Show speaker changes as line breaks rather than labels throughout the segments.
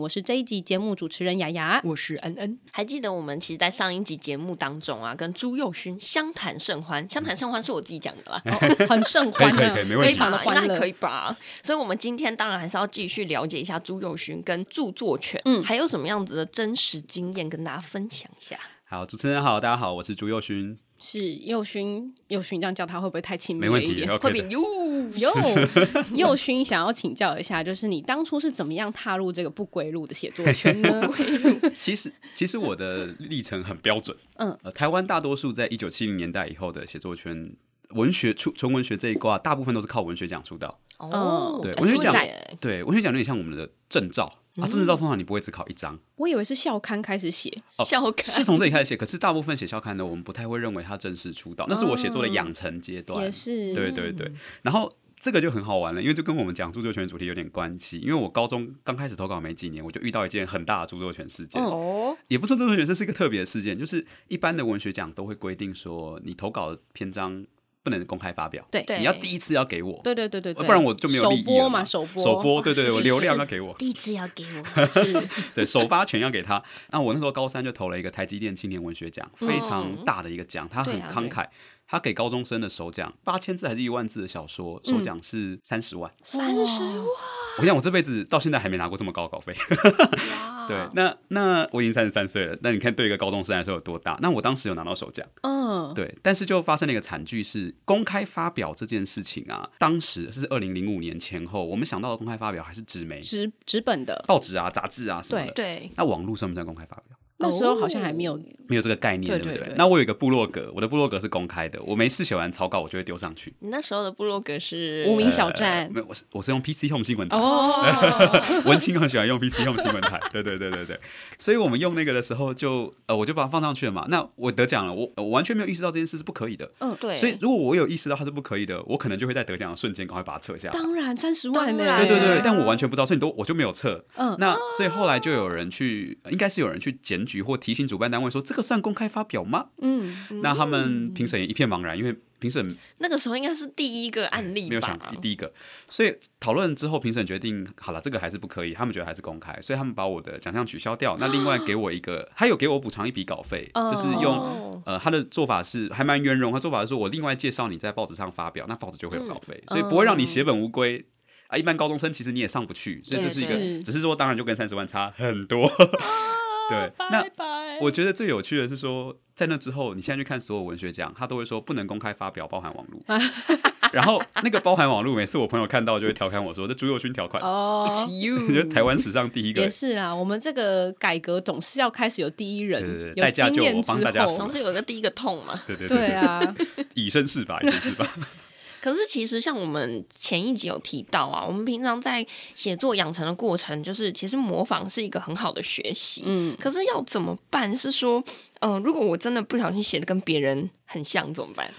我是这一集节目主持人雅 雅。
我是恩恩，
还记得我们其实，在上一集节目当中啊，跟朱佑勋相谈甚
嗯
欢，相谈甚欢是我自己讲的啦，
哦很盛欢
可以
啊，
可以可以没问
嗯
题
非常的
应该
欢
还
乐
可。以吧？所以，我们今天当然还是要继续了解一下朱佑勋跟著作权，
嗯
还有什么样子的真实经验跟大家分享一下。
嗯
好，主持人好，大家好，我是朱佑勋，
是佑勋，佑勋这样叫他会不会太亲密
没
了
问
一
题
点？
会
，OK
比
的。
哟，
哟，佑勋想要请教一下，就是你当初是怎么样踏入这个不归路的写作圈 呢？
其实其实我的历程很标准，
嗯
呃，台湾大多数在一九七零年代以后的写作圈。文学纯纯文学这一挂，大部分都是靠文学奖出道。
哦
对
很
文学
多
奖
耶
对，文学奖有点像我们的证照啊，证照通常你不会只考一张，
我以为是校刊开始写，
哦
笑开
是从这里开始写。可是大部分写校刊的，我们不太会认为它正式出道，那是我写作的养成阶段。
哦也是嗯
对对对，然后这个就很好玩了，因为就跟我们讲著作权主题有点关系。因为我高中刚开始投稿没几年，我就遇到一件很大的著作权事件，
嗯
哦，
也不是著作权，这是一个特别的事件，就是一般的文学奖都会规定说，你投稿的篇章不能公开发表，
对
对
你要第一次要给我。
对对对对对，
哦不然我就没有
首
利益
播
了
嘛，首播
首播，对对对，我流 量要给我，
第一次要给 我
是
对，首发权要给他。那我那时候高三就投了一个台积电青年文学奖，非
哦
常大的一个奖，他很
对啊
慷慨，他给高中生的首奖八千字还是一万字的小说，
嗯
首奖是三十万。
三十万
我想我这辈子到现在还没拿过这么高的稿费。
哇，
对，那那我已经三十三岁了，那你看对一个高中生来说有多大？那我当时有拿到首奖，
嗯，
对，但是就发生了一个惨剧是，公开发表这件事情啊，当时是二零零五年前后，我们想到的公开发表还是纸媒、
纸纸本的，
哦
报纸啊、杂志啊什么的。
对，
那网络算不算公开发表？
那时候好像还没有
没有这个概念，
对
不
对对
那我有一个部落格，我的部落格是公开的，我没事写完草稿我就会丢上去。呃
你那时候的部落格是
无名小站
没有，我是我是用 PC Home 新闻台，
哦，
文青很喜欢用 PC Home 新闻台，对对对对对，所以我们用那个的时候就呃我就把它放上去了嘛。那我得奖了，我我完全没有意识到这件事是不可以的。
对，
所以如果我有意识到它是不可以的，我可能就会在得奖的瞬间赶快把它撤下来。
当然三十万呢，
当然
对对对
哎，
但我完全不知道，所以你都我就没有撤。
嗯
那所以后来就有人去，应该是有人去检举或提醒主办单位说，这个算公开发表吗？
嗯，
那他们评审也一片茫然，因为评审
那个时候应该是第一个案例
没有想
啊
吧？
第一个，所以讨论之后，评审决定好了，这个还是不可以，他们觉得还是公开，所以他们把我的奖项取消掉。那另外给我一个，他有给我补偿一笔稿费，
嗯哦
就是用。呃，他的做法是还蛮圆融。他做法是说我另外介绍你在报纸上发表，那报纸就会有稿
嗯
费，所以不会让你血本无归啊。一般高中生其实你也上不去，所以这是一个，
对哦是
只是说当然就跟三十万差很多。 对，那
拜
我觉得最有趣的是说，在那之后，你现在去看所有文学奖，他都会说不能公开发表，包含网 络。然后那个包含网络，每次我朋友看到就会调侃我说：“这朱佑勋条款，
哦，
It's you，
你觉得台湾史上第一个
也是啊，我们这个改革总是要开始有第一
对
人
对对，
有
代价
经
就
验
我
之
帮大家
后
总，是有一个第一个痛嘛？”。
对对对
对
对，
啊，
以身试法，以身试法。
可是其实像我们前一集有提到啊，我们平常在写作养成的过程，就是其实模仿是一个很好的学习。
嗯，
可是要怎么办？是说，嗯、如果我真的不小心写的跟别人很像怎么办？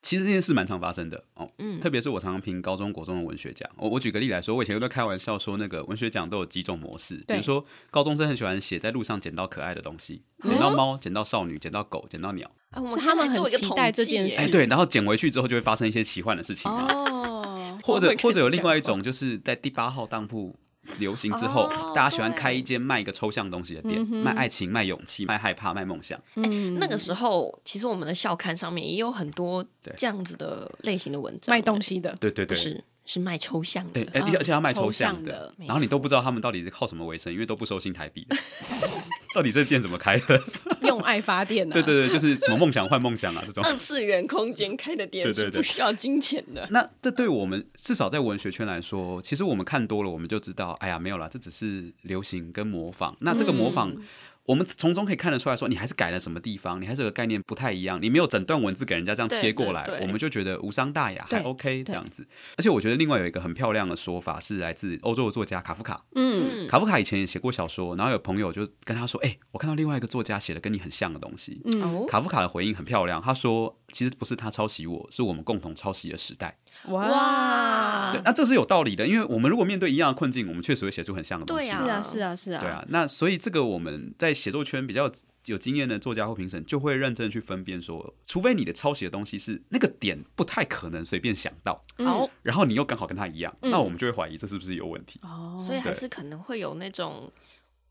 其实这件事蛮常发生的哦，
嗯
特别是我常常评高中、国中的文学奖。我我举个例来说，我以前都开玩笑说，那个文学奖都有几种模式，比
对
如说高中生很喜欢写在路上捡到可爱的东西，
哦
捡到猫、捡到少女、捡到狗、捡到鸟，
啊，我
是
们
他们
可以来做
很
一个
期
统
待这
计
件
耶
事
哎，对，然后捡回去之后就会发生一些奇幻的事情啊。
哦，
或
我
者
们开
或者有
始
另
讲
外一
话
种，就是在第八号当铺流行之后，
哦
大家喜欢
对
开一间卖一个抽象东西的店，
嗯哼
卖爱情、卖勇气、卖害怕、卖梦想。
嗯，
哎那个时候，其实我们的校刊上面也有很多
对
这样子的类型的文章，
卖东西 的，
对对
不是嗯是卖抽象的，
对，哎、
啊
而且而且要卖
抽
抽
象
象
的
的，
没
然后你都不知道他们到底是靠什么为生，因为都不收新台 币的。到底这店怎么开的？
用爱发电啊，
对对对，就是什么梦想换梦想啊这种。
二次元空间开的店
对对
是
对
不需要金钱的。
那这对我们至少在文学圈来说，其实我们看多了，我们就知道，哎呀，没有啦，这只是流行跟模仿。那这个模仿，我们从中可以看得出来说，你还是改了什么地方，你还是有个概念不太一样，你没有整段文字给人家这样贴过来
对对，对
我们就觉得无伤大雅，
对
还 OK
对
这样子。而且我觉得另外有一个很漂亮的说法是来自欧洲的作家卡夫卡，
嗯，
嗯，
卡夫卡以前也写过小说，然后有朋友就跟他说，哎，我看到另外一个作家写的跟你很像的东西，
嗯
哦
卡夫卡的回应很漂亮，他说：“其实不是他抄袭我，是我们共同抄袭的时代。
哇，
嗯
对，那这是有道理的，因为我们如果面对一样的困境，我们确实会写出很像的东西。
对
是啊，是啊，是啊，
对啊，那所以这个我们在写作圈比较有经验的作家或评审就会认真地去分辨说，除非你的抄袭的东西是那个点不太可能随便想到，
嗯
好，
然后你又刚好跟他一样，
嗯
那我们就会怀疑这是不是有问题。
哦，
所以还
对
是可能会有那种。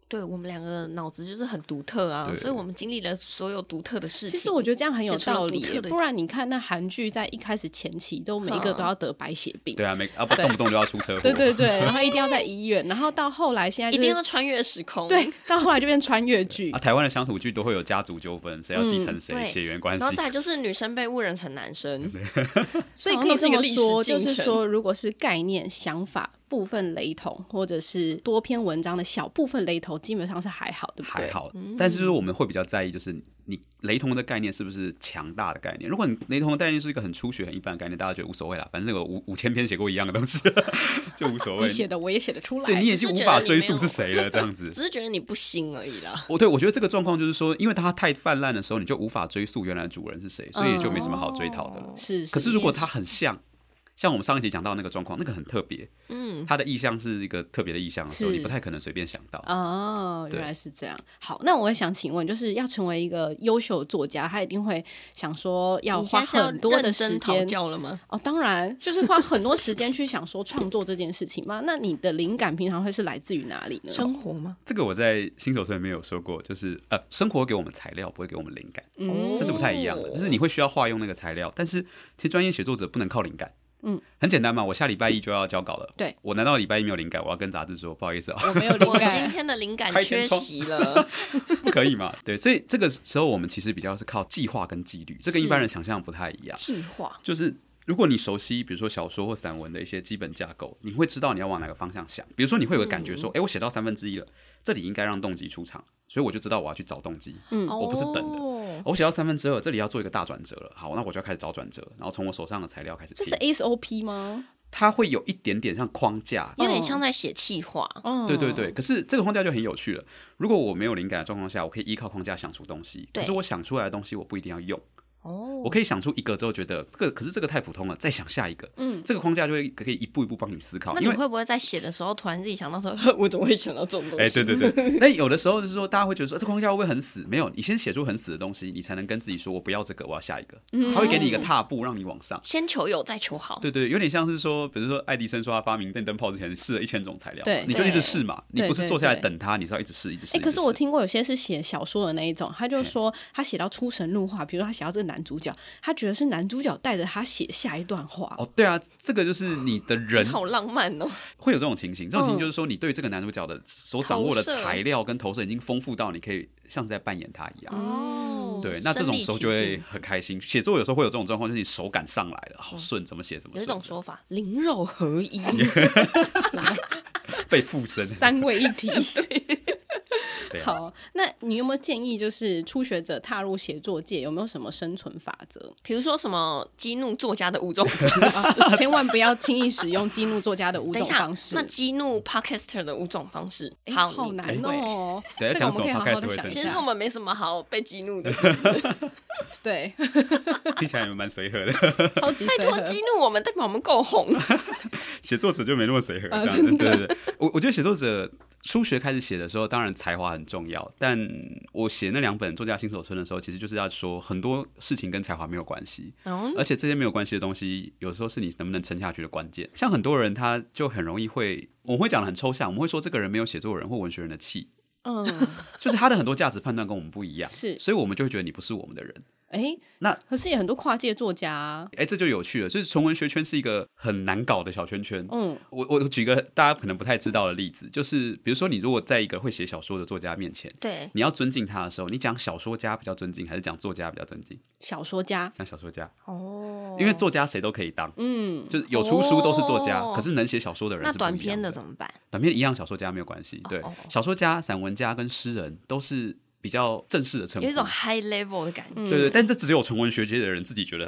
对我们两个脑子就是很独特啊，
对
所以我们经历了所有独特的事
其
情。
实我觉得这样很有
写出了
道
独
理
特
耶，
的
不然你看那韩剧在一开始前期都每一个
嗯
都要得白血病，
对啊，没啊，不动不动就要出车祸。
对对对，然后一定要在医院，然后到后来现在
一
就
定要
是
穿越时空，
对，到后来就变穿越剧
啊，，台湾的乡土剧都会有家族纠纷，谁要继承谁，
嗯对
血缘关
然后
系。
再来就是女生被误认成男 生，
所以
好
可
像
以
都是
这
一个
么
历史
说，
进
就是
程
说，如果是概念、想法部分雷同，或者是多篇文章的小部分雷同，基本上是还好，对不对？
还，好，
嗯
但是就是我们会比较在意，就是你雷同的概念是不是强大的概念？如果你雷同的概念是一个很初学、很一般的概念，大家觉得无哦所谓啦，反正那个五五千篇写过一样 的东西，就无所
你
谓。
写的我也写得出来，
对，你已
只
经
是
无
觉
法
得你
追
没
溯
有
是 谁了，这样子。哦
只是觉得你不新而已啦。
我对我觉得这个状况就是说，因为它太泛滥的时候，你就无法追溯原来的主人是谁，所以 就没什么好追讨的了。
哦
是。
可是如果它很像，像我们上一集讲到那个状况，那个很特别，
嗯，
它的意象是一个特别的意象的时候，
是
你不太可能随便想到。
哦，原
对
来是这样。好，那我也想请问，就是要成为一个优秀的作家，他一定会想说要
你
花
现在是要
很多的
认真
时
讨
间
教 了吗？
哦，当然就是花很多时间去想说创作这件事情嘛。那你的灵感平常会是来自于哪里呢？
生活吗？
这个我在新手村里面有说过，就是呃，生活给我们材料，不会给我们灵感，
嗯，
这是不太一样的。
哦
就是你会需要化用那个材料，但是其实专业写作者不能靠灵感。
嗯，
很简单嘛，我下礼拜一就要交稿了。
对，
我难道礼拜一没有灵感？我要跟杂志说不好意思啊、
我没有灵
我今
感。
天的灵感
开
缺
天窗
席了，
不可以嘛？对，所以这个时候我们其实比较是靠计划跟纪律，这跟一般人想象不太一样。
计划
就是如果你熟悉，比如说小说或散文的一些基本架构，你会知道你要往哪个方向想。比如说，你会有个
嗯
感觉说，哎、我写到三分之一了，这里应该让动机出场，所以我就知道我要去找动机。
嗯
哦
我不是等的
哦
的。
哦我写到三分之二，这里要做一个大转折了，好，那我就要开始找转折，然后从我手上的材料开始
这
拼。
是 SOP 吗？
它会有一点点像框架，
有点像在写气划，
嗯，
对对对，，可是这个框架就很有趣了。如果我没有灵感的状况下，我可以依靠框架想出东西。可
对
是我想出来的东西，我不一定要用。
哦
我可以想出一个之后，觉得这个可是这个太普通了，再想下一个。
嗯，
这个框架就会可以一步一步帮你思考。
那
因
你
为
会不会在写的时候突然自己想到说， 呵我怎么会想到这种东西？
哎，对对对。 那有的时候就是说，大家会觉得说，这框架会不会很死？没有，你先写出很死的东西，你才能跟自己说，我不要这个，我要下一个。
嗯
嗯
他会给你一个踏步，让你往上。
先求有再求好。
对对，有点像是说，比如说爱迪生说他发明电灯泡之前试了一千种材料嘛，
对
你就一直
对
试嘛，你
对
不是
对
坐下来
对
等它，你是要一直试，一直试。
哎、
一
可
直
是我
试
听过有些是写小说的那一种，他就说他写到出神入化，比如说他写到这个男主角，他觉得是男主角带着他写下一段话。
哦，对啊，这个就是你的人
好浪漫哦！
会有这种情形，这种情形就是说，你对这个男主角的所掌握的
投射
材料跟投射已经丰富到你可以像是在扮演他一样。
哦
对，那这种时候就
身临
会
其境
很开心。写作有时候会有这种状况，就是你手感上来了，
嗯
好顺，怎么写怎么
有一
顺
种说法，灵肉合 一，
被附身。
三位一体。
对啊，
好，那你有没有建议，就是初学者踏入写作界有没有什么生存法 则？
比如说什么激怒作家的五种方式。
啊千万不要轻易使用激怒作家的五
等一
种
下
方，式
那。激怒 podcaster 的五种方式，
哎
好，
好
你
难
不会。
哦、
对
这个
讲
我
什
们
么
可以好好
podcast
的
会
想一
生
其
气
实
下
我。们没什么好被激怒的，
对，
听起来也蛮随和的，
超级
拜
随
托
和。
激怒我们，代表我们够红。
写作者就没那么随和。
啊
这样子，对对对，我我觉得写作者。初学开始写的时候，当然才华很重要。但我写那两本《作家新手村》的时候，其实就是要说很多事情跟才华没有关系。
嗯
而且这些没有关系的东西，有时候是你能不能撑下去的关键。像很多人，他就很容易会，我们会讲的很抽象，我们会说这个人没有写作人或文学人的 气，
嗯，
就是他的很多价值判断跟我们不一样，
是
所以我们就会觉得你不是我们的人。
哎、
那
可是也很多跨界作家、啊。
哎，这就有趣了，就是纯文学圈是一个很难搞的小圈圈。
嗯，
我我举个大家可能不太知道的例子，就是比如说你如果在一个会写小说的作家面前，
对，
你要尊敬他的时候，你讲小说家比较尊敬，还是讲作家比较尊敬？
小说家。
讲小说家，
哦
因为作家谁都可以当，
嗯，
就是有出书都是作家，
哦
可是能写小说的人嗯
那
是不一样
短篇
的
的怎么办？
短篇一样，小说家没有关系。对，
哦哦
小说家、散文家跟诗人都是比较正式的称呼。
有一种 high level 的感觉。
嗯
对对，但这只有纯文学界的人自己觉得，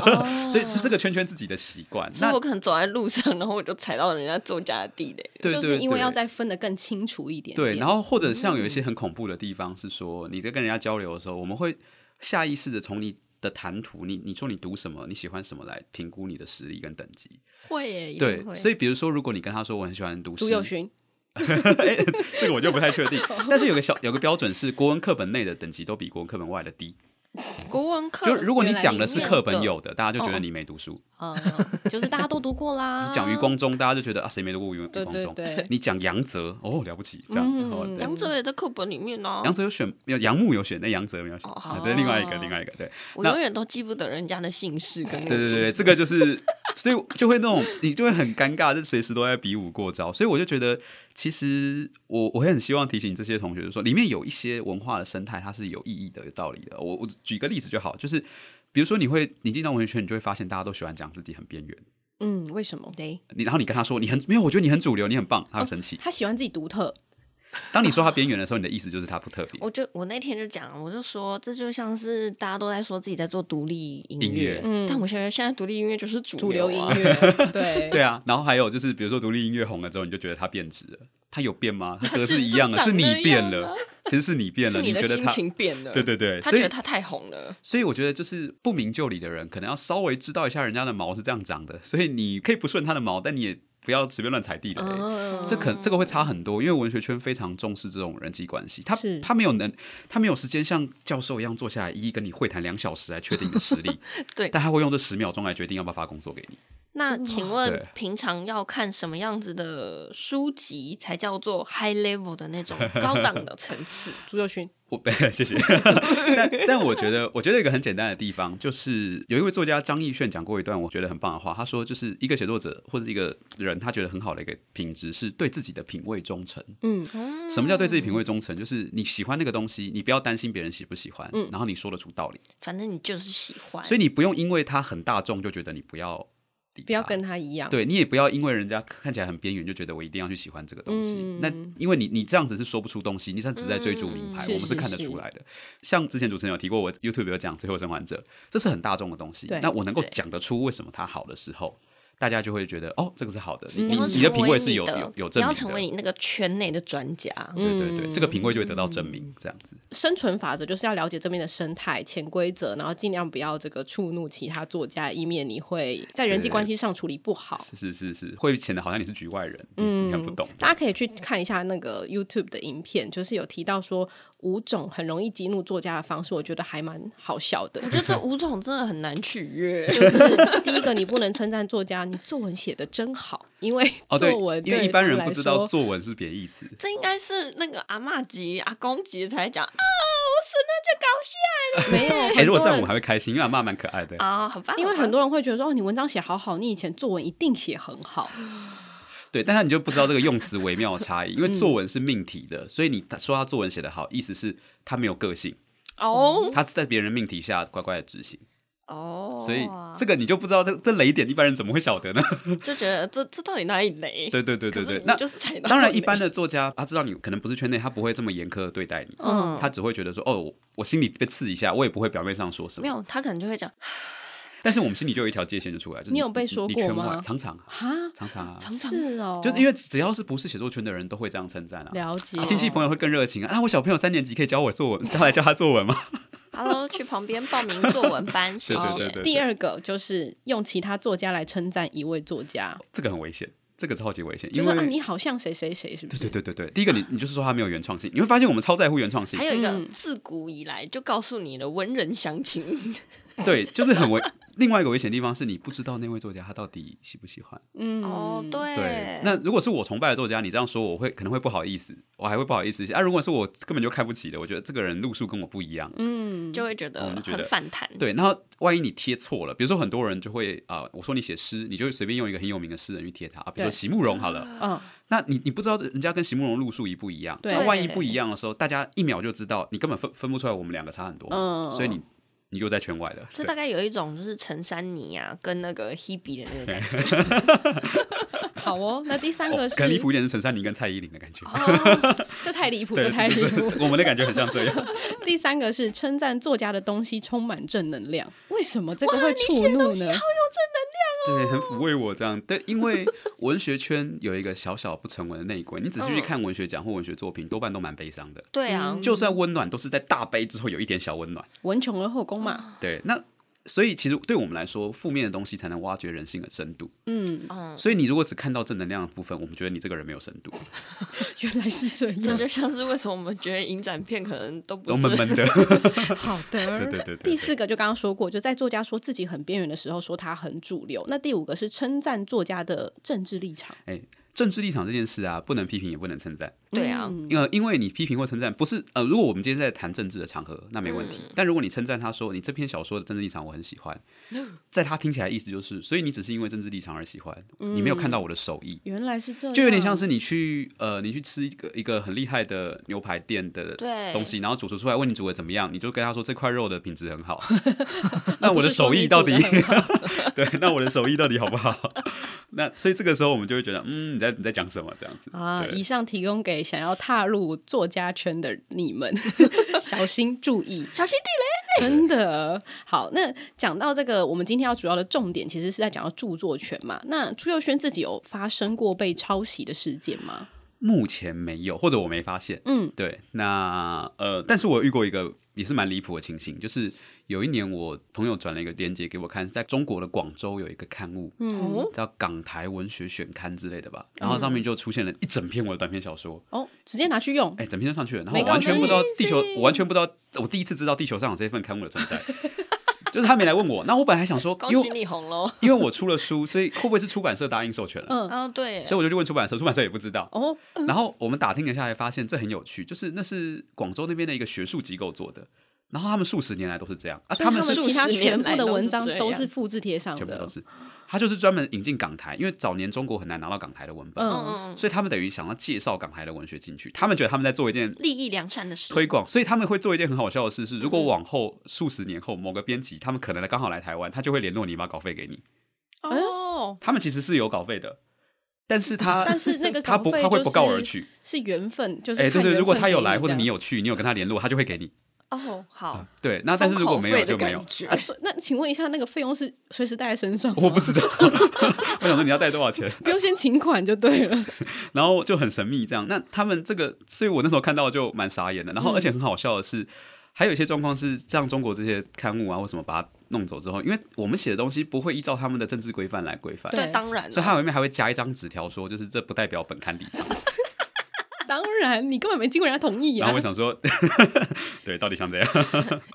哦
所以是这个圈圈自己的习惯。
所
那
以我可能走在路上，然后我就踩到人家作家的地雷。
对对
就是因为
对
要再分得更清楚一点点。嗯
对，然后或者像有一些很恐怖的地方是说，你在跟人家交流的时候，我们会下意识的从你的谈吐，你你说你读什么，你喜欢什么来评估你的实力跟等级。
会耶，一定
对，
会
所以比如说，如果你跟他说我很喜欢读
朱
诗，
友 勋，
哎这个我就不太确 定。但是有个小有个标准是，国文课本内的等级都比国文课本外的低。
国文课
就如果你
原来
讲
是
的是
面
课本
的
有的，大家就觉
哦
得你没读书；
嗯，就是大家都读过啦。
你讲愚公中，大家就觉得啊谁没读过愚愚
对
公
对
中。
对，
你讲杨泽哦了不起，这样。
嗯
哦对
杨哲也在课本里面呢、啊
杨泽有选，有杨牧有选，但杨泽没有选。
哦
啊对，另外一个，
哦
另外一个，对，
我
那
永远都记不得人家的姓氏跟那
对对
个
对，对这个就是，所以就会那种，你就会很尴尬，就随时都在比武过招。所以我就觉得，其实我我会很希望提醒这些同学，就是说里面有一些文化的生态，它是有意义的、有道理的。我我举个例子就好，就是比如说你会你进到文学圈，你就会发现大家都喜欢讲自己很边缘，
嗯，为什么？
对
你然后你跟他说你很没有，我觉得你很主流，你很棒，他会生气。
他喜欢自己独特，
当你说他边缘的时候，你的意思就是他不特别。
我就我那天就讲，我就说这就像是大家都在说自己在做独立音
音乐
嗯
但我觉得现在独立音乐就是主
主流
流
音
啊
乐，对
对
哎
啊，然后还有就是，比如说独立音乐红了之后，你就觉得它变质了，它有 变吗？它歌
是
是一样的，
就是长
你
那
变
样
了
啊，
其实是你变了，
是你的
觉得
心
它，
情变了，
对对对，
他
所
觉得
以
他太红了，，
所以我觉得就是不明就里的人，可能要稍微知道一下人家的毛是这样长的， 所以你可以不顺他的毛，但你也不要随便乱踩地雷。
嗯，
这可这个会差很多，因为文学圈非常重视这种人际关系，他
是
他没有能，他没有时间像教授一样坐下来一一跟你会谈两小时来确定你的实力
对
但他会用这十秒钟来决定要不要发工作给你。
那请问
对
平常要看什么样子的书籍才叫做 high level 的那种高档的层 次？
朱友勋，
我谢谢，但但我觉得，我觉得一个很简单的地方，就是有一位作家张艺炫讲过一段我觉得很棒的话，他说，就是一个写作者或者一个人，他觉得很好的一个品质是对自己的品味忠诚。
嗯，
什么叫对自己品味忠诚？就是你喜欢那个东西，你不要担心别人喜不喜欢，
嗯
然后你说得出道理，
反正你就是喜欢，
所以你不用因为它很大众就觉得你不要理
不要
它
跟他一样，
对你也不要因为人家看起来很边缘，就觉得我一定要去喜欢这个东西。
嗯
那因为你你这样子是说不出东西，你这样只在追逐名牌，
嗯嗯嗯
我们
是
是看得
是
出来的。像之前主持人有提过，我 YouTube 有讲《最后生还者》，这是很大众的东西
对。
那我能够
对
讲得出为什么它好的时候，大家就会觉得哦，这个是好
嗯
的。你
你要
你
成
的
为
品味是
你
有
的
有有
你
证
要
明
成为
的。
你那个圈内的专 家。
对对对，
嗯
这个品味就会得到证明，这样子。
生存法则就是要了解这边的生态、潜规则，然后尽量不要这个触怒其他作家，以免你会在人际
对
关系上处理不好。嗯
是是是是，会显得好像你是局外人，你你很不懂。
大家可以去看一下那个 YouTube 的影片，就是有提到说五种很容易激怒作家的方式，我觉得还蛮好笑的
我。觉得这五种真的很难取 悦，
就是第一个，你不能称赞作家，你作文写的真好，因为
哦，对
作文，
因为
对
一般
他们
人
来
不知道
说
作文是贬义词。
这应该是那个阿嬷级、阿公级才讲啊，我生了就高兴
没有。
哎，如果
很多
在我
人
们还会开心，因为阿妈蛮可爱的。
啊，很棒，
因为
棒
很多人会觉得说，哦，你文章写好好，你以前作文一定写很好，
对，但是你就不知道这个用词微妙的差异，因
嗯
为作文是命题的，所以你说他作文写得好，意思是他没有个性，
哦
他在别人命题下乖乖的执行，
哦，
所以这个你就不知道这这雷点，一般人怎么会晓得呢？
就觉得这这到底哪里雷？
对对对
可
对
是
对，
你
那
就是踩到
当然
雷
一般的作家他知道你可能不是圈内，他不会这么严苛的对待你，
嗯
他只会觉得说哦，我我心里被刺一下，我也不会表面上说什
没
么，
有，他可能就会讲
但是我们心里就有一条界限就出来，就是
你有被说
你
过
圈外
吗
常常啊
哈，
常常啊。
常常
是哦，
就是因为只要是不是写作圈的人都会这样称赞啊，
了解
亲戚朋友会更热情啊！啊，我小朋友三年级可以教我作文，教来教他作文吗？
Hello，去旁边报名作文班，谢
对对
谢。
对对
第二个就是用其他作家来称赞一位作家，
这个很危险，这个超级危险，
就
因
是
为、
啊，你好像谁谁谁，是不
对
是？
对对对对，第一个你你就是说他没有原创性，你会发现我们超在乎原创性
还，有一个
嗯
自古以来就告诉你的文人相亲，
对，就是很危。另外一个危险地方是你不知道那位作家他到底喜不喜欢。
嗯
哦，对
对，那如果是我崇拜的作家，你这样说我会可能会不好意思，我还会不好意思一下。啊，如果是我根本就看不起的，我觉得这个人路数跟我不一样，
嗯，
就会觉
我
得
哦们就觉
很
得
反弹。
对，然后万一你贴错了，比如说很多人就会啊、呃我说你写诗，你就随便用一个很有名的诗人去贴他，啊，比如
对
说席慕容好了，
嗯，
那你你不知道人家跟席慕容路数一不一样，
对
那万一不一样的时候，大家一秒就知道，你根本分分不出来我们两个差很多，
嗯
所以你你就在圈外了。
这
对
大概有一种就是陈珊妮啊，跟那个 Hebe 的那个感觉。
好哦。那第三个
哦
是
更离谱一点是陈珊妮跟蔡依林的感觉，
这太离谱，
对，
这太
就
离谱。
是 我们的感觉很像这样。
第三个是称赞作家的东西充满正能量，为什么这个会触怒呢？
对，很抚慰我这样。但因为文学圈有一个小小不成文的内规，你仔细去
嗯
看文学奖或文学作品，多半都蛮悲伤的。
对啊
嗯，
就算温暖，都是在大悲之后有一哦点小温暖。
文穷而后功嘛，
对，那所以其实对我们来说，负面的东西才能挖掘人性的深度。
嗯，
嗯，
所以你如果只看到正能量的部分，我们觉得你这个人没有深度，
原来是这
这
样。
就像是为什么我们觉得影展片可能都不
都
是
闷闷的。
好的，
对对对对对
第四个就刚刚说过，就在作家说自己很边缘的时候，说他很主流。那第五个是称赞作家的政治立场。
哎，政治立场这件事啊，不能批评也不能称赞。
对啊，
嗯
因为因为你批评或称赞，不是呃，如果我们今天是在谈政治的场合，那没问
嗯
题。但如果你称赞他说你这篇小说的政治立场我很喜欢，
嗯
在他听起来意思就是，所以你只是因为政治立场而喜欢，
嗯
你没有看到我的手艺。
原来是这样，
就有点像是你去呃，你去吃一个一个很厉害的牛排店的
对
东西，然后主厨出来问你煮的怎么样，你就跟他说这块肉的品质很 好。那我
不
的
是说
手艺
你
到
煮
底
得很好
对？那我的手艺到底好不好？ 那所以这个时候我们就会觉得，嗯，你在你在讲什么这样子
啊！
对
以上提供给想要踏入作家圈的你 们，小心注意。
小心地雷。
真的好，那讲到这个，我们今天要主要的重点其实是在讲到著作权嘛。那朱佑轩自己有发生过被抄袭的事件吗？
目前没有，或者我没发现。
嗯，
对，那呃，但是我有遇过一个也是蛮离谱的情形，就是有一年我朋友转了一个链接给我看，是在中国的广州有一个刊物，
嗯，
叫《港台文学选刊》之类的吧，然后上面就出现了一整篇我的短篇小说，
哦，直接拿去用，
哎、整篇就上去了，然后
没
我完全
告诉
不知道
你
地球，我完全不知道，我第一次知道地球上有这份刊物的存在， 就是他没来问我，那我本来还想说，
恭
因
喜
为
你红喽！
因为我出了书，所以会不会是出版社答应授权了？
嗯，
啊，对，
所以我就去问出版社，出版社也不知道。
哦，
然后我们打听了下来，发现这很有趣，就是那是广州那边的一个学术机构做的，然后他们数十年来都是这样啊，
所以
他
他
们是
们其他
数十
全
年
部
来
的
都
文
是
章
这
都
样
是复制贴上
全部
的
都，是，他就是专门引进港台，因为早年中国很难拿到港台的文本，
嗯
嗯，嗯嗯，
所以他们等于想要介绍港台的文学进去，他们觉得他们在做一件。
利益良善的事，
推广，所以他们会做一件很好笑的事是，如果往后数十年后某个编辑，他们可能刚好来台湾，他就会联络你把稿费给你。
哦，
他们其实是有稿费的，但是他
但是那个
他
稿
不
费
他会
就
不告而
是
去。
是缘分，就是
哎、对
看
对，
缘
如果
分
他
给
有来或
这
者你
样
有去，你有跟他联络，他就会给你。
哦，好，
对，那啊但是如果没有就 没有
封口费的感。觉
啊，所以那请问一下，那个费用是随时带在身上吗？
我不知道，我想说你要带多少钱，
不用先请款就对了。
然后就很神秘这样。那他们这个，所以我那时候看到就蛮傻眼的。然
嗯
后而且很好笑的是，还有一些状况是，像中国这些刊物啊或什么把它弄走之后，因为我们写的东西不会依照他们的政治规范来规范，
对
对，当然了，
所以它里面还会加一张纸条说，就是这不代表本刊立 场。
当然，你根本没经过人家同意
然
啊
后我。想说， 对，到底想怎样？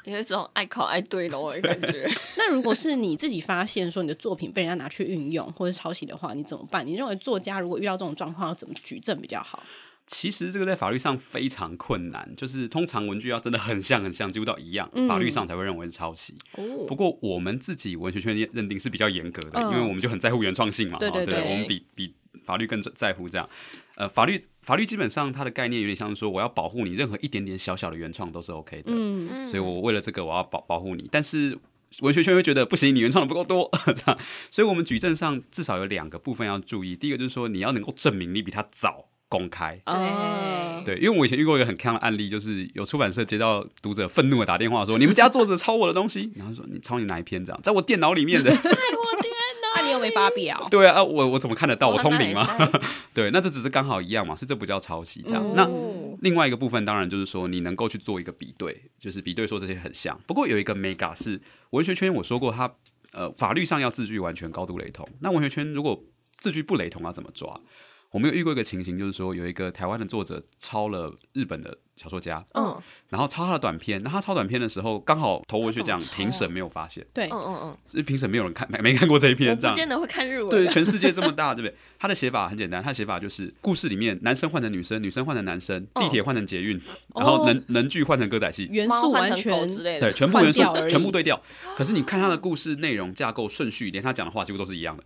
有一种爱考爱对喽的感觉。
那如果是你自己发现说你的作品被人家拿去运用或者抄袭的话，你怎么办？你认为作家如果遇到这种状况要怎么举证比较好？
其实这个在法律上非常困难，就是通常文具要真的很像很像，几乎到一样，
嗯
法律上才会认为是抄袭。
哦
不过我们自己文学圈认定是比较严格的，
嗯
因为我们就很在乎原创性嘛，
对
哈
对对
我们比比法律更在乎这样。呃，法律法律基本上它的概念有点像是说，我要保护你任何一点点小小的原创都是 OK 的，
嗯，
嗯
所以我为了这个我要保保护你，但是。文学圈会觉得不行，你原创的不够多， 这样，所以我们举证上至少有两个部分要注意。第一个就是说，你要能够证明你比他早公开，
哦
啊，
对，因为我以前遇过一个很坑的案例，就是有出版社接到读者愤怒的打电话说：“你们家作者抄我的东西。”然后说：“你抄你哪一篇？这样在我电脑里面的。
那你又没发表”
对啊，啊我我怎么看得到？
哦
我通灵吗？
吗？
对，那这只是刚好一样嘛，是这不叫抄袭这样。
嗯
那另外一个部分当然就是说，你能够去做一个比对，就是比对说这些很像。不过有一个 mega 是文学圈，我说过它呃法律上要字句完全高度雷同，那文学圈如果字句不雷同要怎么抓？我们有遇过一个情形，就是说有一个台湾的作者抄了日本的小说家，
嗯
然后抄他的短片，那他抄短片的时候，刚好投文学奖
他怎么抄啊
评审没有发现，
对
嗯嗯
是评审没有人看 没没看过这
嗯，
一
我
篇，这
不
样
见得会看日文。啊
对，全世界这么大，对不对？他的写法很简单，他的写法就是故事里面男生换成女生，女生换成男生，
哦
地铁换成捷运，然后能能剧换成歌仔戏，
元
猫
素
换
完
成狗
全
之类的，
对，全部元素
换掉而已
全部对调。可是你看他的故事内容架构顺序，连他讲的话几乎都是一样的，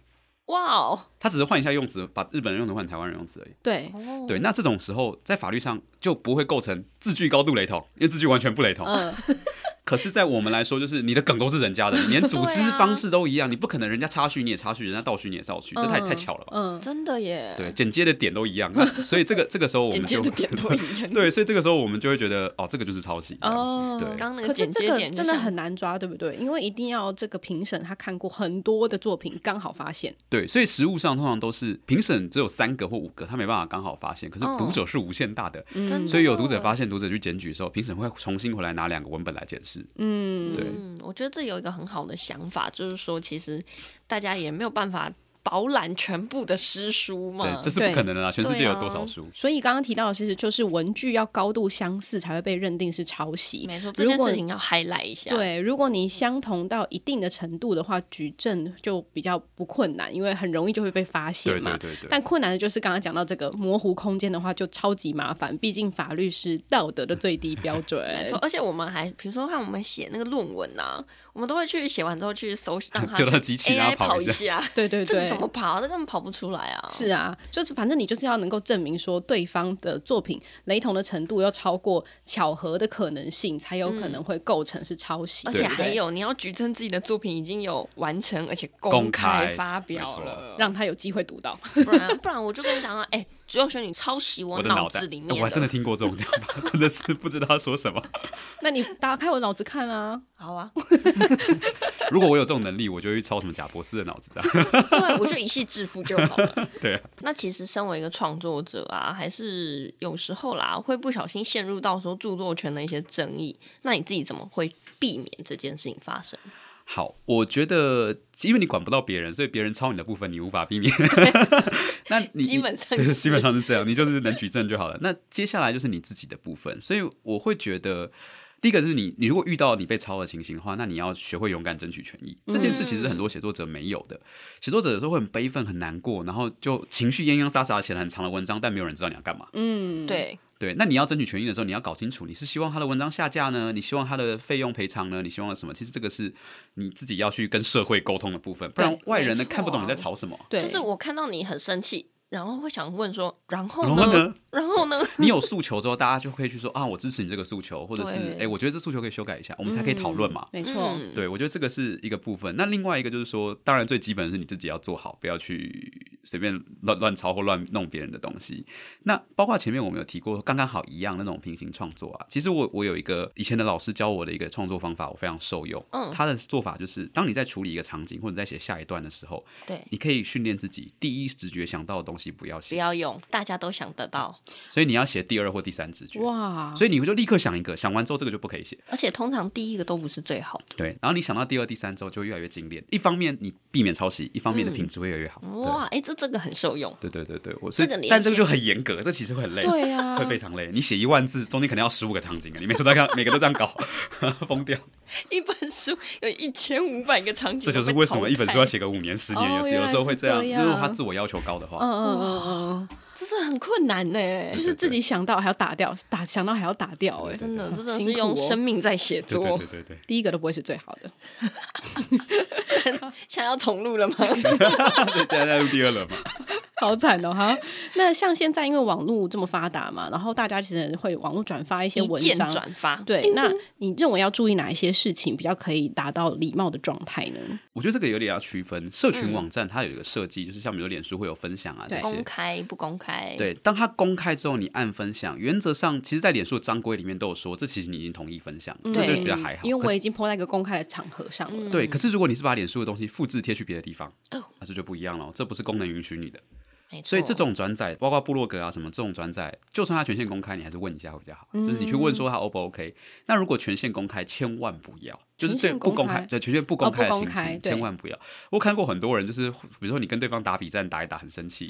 哇哦，
他只是换一下用词，把日本人用词换成台湾人用词而已。
对，
哦嗯
对，那这种时候在法律上就不会构成字句高度雷同，因为字句完全不雷同。
嗯，
可是，在我们来说，就是你的梗都是人家的，你连组织
对啊
方式都一样，你不可能人家插叙你也插叙，人家倒叙你也倒叙，这太、
嗯
太巧了吧？
嗯，
真的耶，
对，剪接的点都一样，那所以这个这个时候我们
简
就
介的点都一样。
对，所以这个时候我们就会觉得哦，这个就是抄袭这样子。
哦
对，
刚刚那
可
个
是
剪
这
接
个
点就
真的
像
很难抓，对不对？因为一定要这个评审他看过很多的作品，刚好发现。
对，所以实物上通常都是评审只有三个或五个，他没办法刚好发现，可是
哦嗯
读者是无限大的，
嗯
真的
所以有读者发现读者去检举的时候，评审会重新回来拿两个文本来检视。
嗯，
对
嗯，我觉得这有一个很好的想法，就是说，其实大家也没有办法饱览全部的诗书嘛。
对，这是
对
不可能的啦，全世界
对啊
有多少书？
所以刚刚提到的其实就是文具要高度相似才会被认定是抄袭。
没错，这
如
件
果
事情要 highlight 一下。，
对，如果你相同到一定的程度的话，举证就比较不困难，因为很容易就会被发现
对
嘛
对。对对。
但困难的就是刚刚讲到这个模糊空间的话，就超级麻烦，毕竟法律是道德的最低标准。
没错，而且我们还比如说看我们写那个论文啊，我们都会去写完之后去搜，让它
就让
去
机器
AI
让它跑
跑
一
下。
对对
这个
对
怎，么跑？啊这根本跑不出来啊！
是啊，就是反正你就是要能够证明说对方的作品雷同的程度要超过巧合的可能性，才有可能会构成是抄袭，
嗯而
对
且
不
还
对
有，你要举证自己的作品已经有完成，而且
公
公开
开
发
没
表
错
了，
让他有机会读 到。
不然不然我就跟你讲啊，哎、只有选你抄袭我
我的脑袋
子里，面
我还真的听过这种讲法，真的是不知道他说什么。
那你打开我脑子看啊，
好啊，
如果我有这种能力，我就会去抄什么贾博士的脑子这样。
对，我就一夕致富就好了。
对啊，
那其实身为一个创作者啊，还是有时候啦，会不小心陷入到说著作权的一些争议。那你自己怎么会避免这件事情发生？
好，我觉得因为你管不到别人，所以别人抄你的部分你无法 避免。那你
基本上
对
是
基本上是这样，你就是能举证就好了。那接下来就是你自己的部分，所以我会觉得。第一个就是你，你如果遇到你被抄的情形的话，那你要学会勇敢争取权益。
嗯
这件事其实很多写作者没有的，写作者有时候会很悲愤、很难过，然后就情绪洋洋洒洒地写了很长的文章，但没有人知道你要干嘛。
嗯，，
对，
对，那你要争取权益的时候，你要搞清楚，你是希望他的文章下架呢？你希望他的费用赔偿呢？你希望什么？其实这个是你自己要去跟社会沟通的部分，不然
对
外人呢
没错啊
看不懂你在 吵什么。
对，
就是我看到你很生气，然后会想问说，然后
然后
呢？
呢，
然后 呢？
你有诉求之后，大家就会去说啊，我支持你这个诉求，或者是
对
哎，我觉得这诉求可以修改一下，我们才可以讨论嘛。
没错，
嗯，
对，我觉得这个是一个部分。那另外一个就是说，当然最基本的是你自己要做好，不要去随便乱乱抄或乱弄别人的东西。那包括前面我们有提过，刚刚好一样那种平行创作啊。其实我我有一个以前的老师教我的一个创作方法，我非常受用。
嗯
他的做法就是，当你在处理一个场景或者在写下一段的时候，
对，
你可以训练自己第一直觉想到的东西不要
不
写，
要用，大家都想得到，
所以你要写第二或第三直觉。
哇，
所以你就立刻想一个，想完之后这个就不可以写。
而且通常第一个都不是最好的。
对，然后你想到第二、第三之后就会越来越精炼。一方面你避免抄袭，一方面你
嗯
的品质会越来越好。对
哇，哎、这这个很受用。
对对对对，我
这
是
个你，要
但这个
先
就很严格，这其实会很累，
对啊
会非常累。你写一万字，中间可能要十五个场景啊，你每次都这样，每个都这样搞， 疯掉。
一本书有一千五百个场景，
这就是为什么一本书要写个五年、十年，
哦
有有的时候会这
原来是
样，
这
如
样
果他自我要求高的话
嗯，嗯嗯嗯嗯，
这是很困 难呢、
就是自己想到还要打掉，打想到还要打掉、哎，
哎对对
真的，
好
真的
辛
是
苦
用
哦
生命在写
对
作。
对对对对。
第一个都不会是最好的。
现在要重录了吗？
现在在录第二轮嘛，
好惨哦！哈，那像现在因为网络这么发达嘛，然后大家其实会网络转发 一些
一
文
键
章，
转发，
对。那你认为要注意哪一些事情比较可以达到礼貌的状态呢？
我觉得这个有点要区分。社群网站它有一个设计，就是像比如脸书会有分享啊这
嗯对
些
公，开不公开？，
对，当它公开之后，你按分享，原则上其实，在脸书的章规里面都有说，这其实你已经同意分享了，那
对
这个比较还好。
嗯因为
可
我
是
已经泼在一个公开的场合上了。
对，可是如果你是把脸书的东西复制贴去别的地方，那、
哦
这就不一样了，这不是功能允许你的。
没错。
所以这种转载，包括部落格啊什么这种转载，就算它权限公开，你还是问一下会比较
嗯
好。就是你去问说它 O 不 OK。那如果权限公开，千万不要，就是对
权限
不公
公开
开，对权限不
哦
公
不
开的
公
情
开
形，
对
千万不要。我看过很多人，就是比如说你跟对方打比战，打一打很生 气，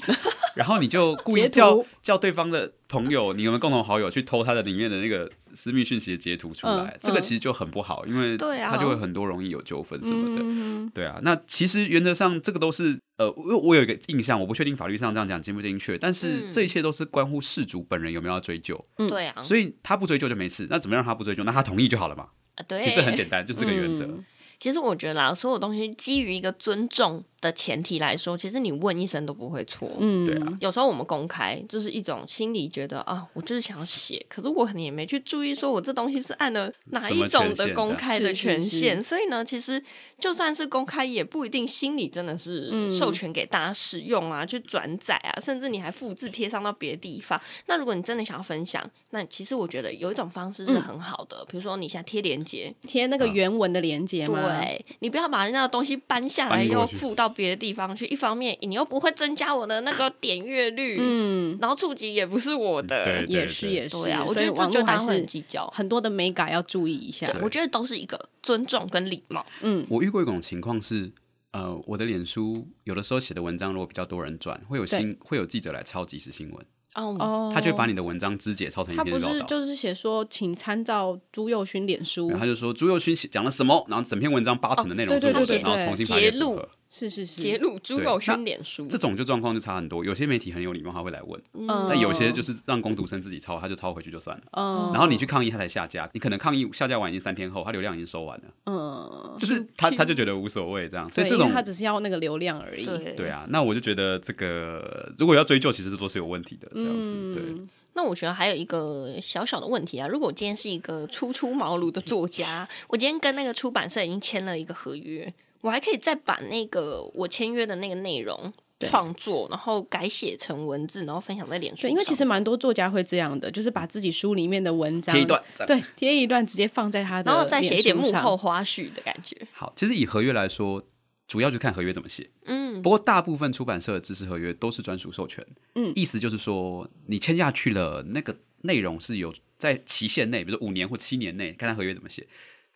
然后你就故意
截图
叫叫对方的朋友，你们共同好友去偷他的里面的那个私密讯息的截图出
嗯
来，这个
嗯
其实就很不好，因为
对啊
他就会很多容易有纠纷什么的。
嗯，
对啊，那其实原则上这个都是呃，我我有一个印象，我不确定法律上这样讲精不精确，但是
嗯
这一切都是关乎事主本人有没有要追究，
嗯
对啊，
所以他不追究就没事。那怎么样让他不追究？那他同意就好了嘛。
啊对，
其实这很简单，就是这个原则。
嗯
其实我觉得啦，所有东西基于一个尊重的前提来说，其实你问一声都不会错。
嗯，
对啊，
有时候我们公开就是一种心里觉得啊，我就是想要写，可是我可能也没去注意，说我这东西是按了哪一种的公开的权
什么权
限。
限
所以呢，其实就算是公开，也不一定心里真的是
嗯
授权给大家使用啊，去转载啊，甚至你还复制贴上到别的地方。那如果你真的想要分享，那其实我觉得有一种方式是很好的，比如说你现在贴链接，
贴
嗯
那个原文的连接嘛，
对你不要把人家的东西搬下来
搬过
又
去
附到别的地方去，一方面你又不会增加我的那个点阅率，
嗯，
然后触及也不是我的，
对
也是也是，
对啊，我
所
觉
以
得这
网
就
络
大
还
家会很
是
计较。
很多的美感要注意一下，
我觉得都是一个尊重跟礼貌，
嗯，
我遇过一种情况是，呃，我的脸书有的时候写的文章如果比较多人转，会有
对
新会有记者来抄即时新闻，
哦，
哦，
他就会把你的文章肢解抄成一
他不
篇报
是
道。啊
就是写说，请参照朱佑勋脸书
然后，他就说朱佑勋写讲了什么，然后整篇文章八成的内容是
哦
我
对
的，
对对对
然后重新排列
截
组
录
合。
是是是，
揭露朱
对
友
那
勋脸书，
这种就状况就差很多，有些媒体很有礼貌，他会来问；
嗯
那有些就是让工读生自己抄，他就抄回去就算了。
嗯，
然后你去抗议，他才下架。你可能抗议下架完已经三天后，他流量已经收完了，
嗯，
就是他他就觉得无所谓这样。所以
对
这
因为
种
他只是要那个流量而已，
对
对。啊，那我就觉得这个如果要追究，其实这都是有问题的，这样子、对。
嗯，
那我觉得还有一个小小的问题啊，如果我今天是一个初出茅庐的作家，我今天跟那个出版社已经签了一个合约，我还可以再把那个我签约的那个内容
对
创作，然后改写成文字，然后分享在脸书
对，
上。
因为其实蛮多作家会这样的，就是把自己书里面的文章
贴一段，这样
对，贴一段直接放在他的，
然后再写一点幕后，花絮的感觉，
好，其实以合约来说，主要就看合约怎么写。
嗯，
不过大部分出版社的知识合约都是专属授权，
嗯
意思就是说你签下去了，那个内容是有在期限内，比如说五年或七年内，看他合约怎么写。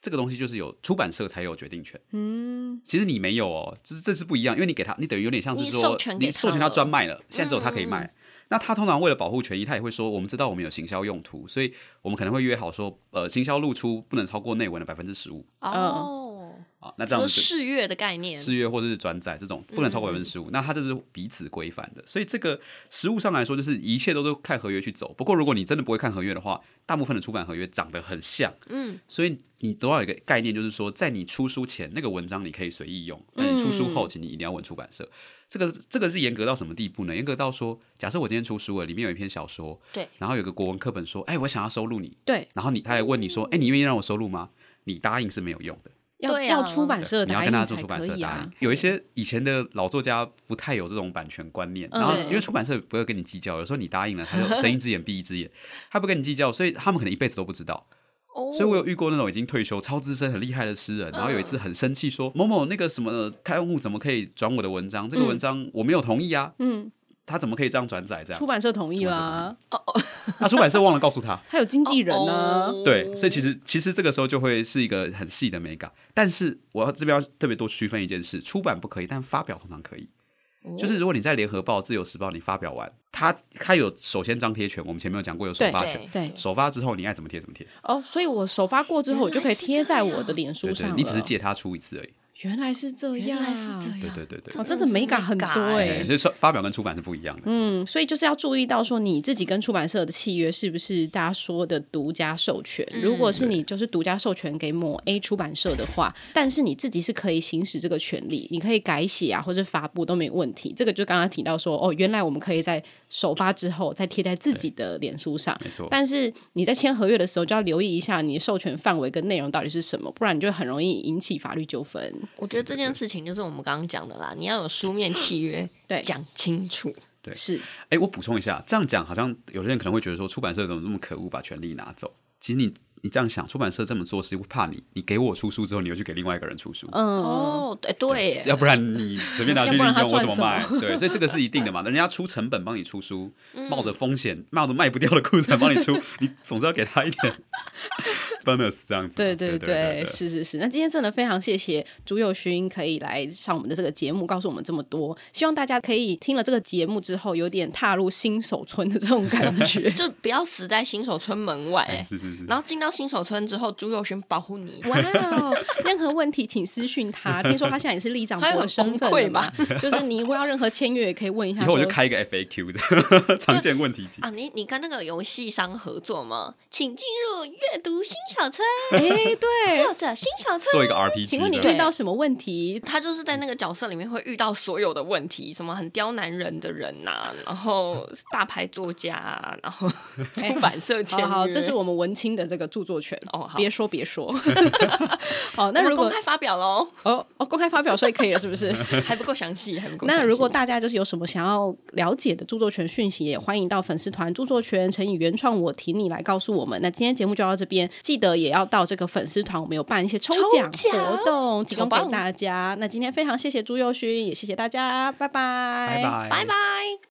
这个东西就是有出版社才有决定权，
嗯，
其实你没有哦，就是这是不一样，因为你给他，你等于有点像是
你
说
授权给
你授权
他
他
了嗯
专卖了，现在只有他可以卖。那他通常为了保护权益，他也会说，我们知道我们有行销用途，所以我们可能会约好说，呃，行销露出不能超过内文的百分之十五
哦，
啊，
嗯
那这样
说
子
试阅的概念，
制约或者是转载这种不能超过百分之十五，
嗯
那它这是彼此规范的。所以这个实物上来说，就是一切都是看合约去走。不过如果你真的不会看合约的话，大部分的出版合约长得很像，
嗯，
所以你都要有一个概念，就是说在你出书前那个文章你可以随意用，但你出书
嗯
后，请你一定要问出版社。这个这个是严格到什么地步呢？严格到说，假设我今天出书了，里面有一篇小说，
对，
然后有个国文课本说，哎，我想要收录你，
对，
然后你他还问你说，哎，你愿意让我收录吗？你答应是没有用的。
要
对啊
要出版社
你要
答
跟他
应
做
才
出版
可
社
以
答
啊
应。，有一些以前的老作家不太有这种版权观念，
嗯
然后
对
因为出版社不会跟你计较，有时候你答应了，他就睁一只眼闭一只眼，他不跟你计较，所以他们可能一辈子都不知道。
哦，
所以我有遇过那种已经退休、超资深、很厉害的诗人，然后有一次
嗯
很生气说：“某某那个什么刊物怎么可以转我的文章？这个文章我没有同意啊，
嗯，
他怎么可以这样转载？”这
出
样，
版社同意啦，
那出版社忘了告诉 他。
他有经纪人啊呢，
哦
对，所以其实其实这个时候就会是一个很细的美感，但是我要这边要特别多区分一件事，出版不可以，但发表通常可以。
哦
就是如果你在联合报、自由时报你发表完，它它有首先张贴权，我们前面有讲过有首
对
发
对
权，
对
首发之后你爱怎么贴怎么贴，
哦，所以我首发过之后，我就可以贴在我的脸书
对对
上，了。
你只是借它出一次而已，
原来是这样，
原来是这样，
对对对对
哦，真的美感很多哎、
对，所以说发表跟出版是不一样的。
嗯，所以就是要注意到说，你自己跟出版社的契约是不是大家说的独家授权？如果
嗯
是你就是独家授权给某 A 出版社的话，但是你自己是可以行使这个权利，你可以改写啊，或者发布都没问题。这个就刚刚提到说，哦，原来我们可以在首发之后再贴在自己的脸书上，
没错
但是你在签合约的时候就要留意一下你的授权范围跟内容到底是什么，不然你就很容易引起法律纠纷。
我觉得这件事情就是我们刚刚讲的啦，你要有书面契约，
对
讲清楚。
对
是，
哎，我补充一下，这样讲好像有些人可能会觉得说出版社怎么这么可恶，把权利拿走。其实你你这样想，出版社这么做是怕你，你给我出书之后，你又去给另外一个人出书，
嗯，
哦，对对耶，。
要不然你随便拿去 利
要不然他
用，我
赚
怎么卖？对，所以这个是一定的嘛。人家出成本帮你出书，
嗯
冒着风险，冒着卖不掉的库存帮你出，你总是要给他 一点 bonus 这样子嘛。
对对
对对，
是是是。那今天真的非常谢谢朱友勋可以来上我们的这个节目，告诉我们这么多。希望大家可以听了这个节目之后，有点踏入新手村的这种感觉
就不要死在新手村门外
哎
耶。
是是是。
然后进到新手村之后，朱佑勋保护你。
哇哦！任何问题请私讯他。听说他现在也是立长
他会
博
很
的身份
崩
了
溃吧
嘛，就是你如果要任何签约也可以问一下
以
说。
后我就开一个 FAQ 的 常见问题集
啊，，你你跟那个游戏商合作吗？请进入阅读新小春，
哎，对，
作者辛小春。
做一个 RPG。
请问你
这样
遇到什么问题？
他就是在那个角色里面会遇到所有的问题，什么很刁难人的人呐、然后大牌作家、啊，然后出版社签约、
哎好好，这是我们文青的这个著作权
哦好
别说别说。 好，那
我们
如果
公开发表喽，
哦哦，公开发表所以可以了，是不是？
还不够详细，还不够详细。
那如果大家就是有什么想要了解的著作权讯息，也欢迎到粉丝团“著作权乘以原创我挺你”来告诉我们。那今天节目就到这边，记得也要到这个粉丝团，我们有办一些抽奖
抽奖
活动，提供给
超棒
大家。那今天非常谢谢朱佑勋，也谢谢大家，拜拜，
拜拜，
拜拜。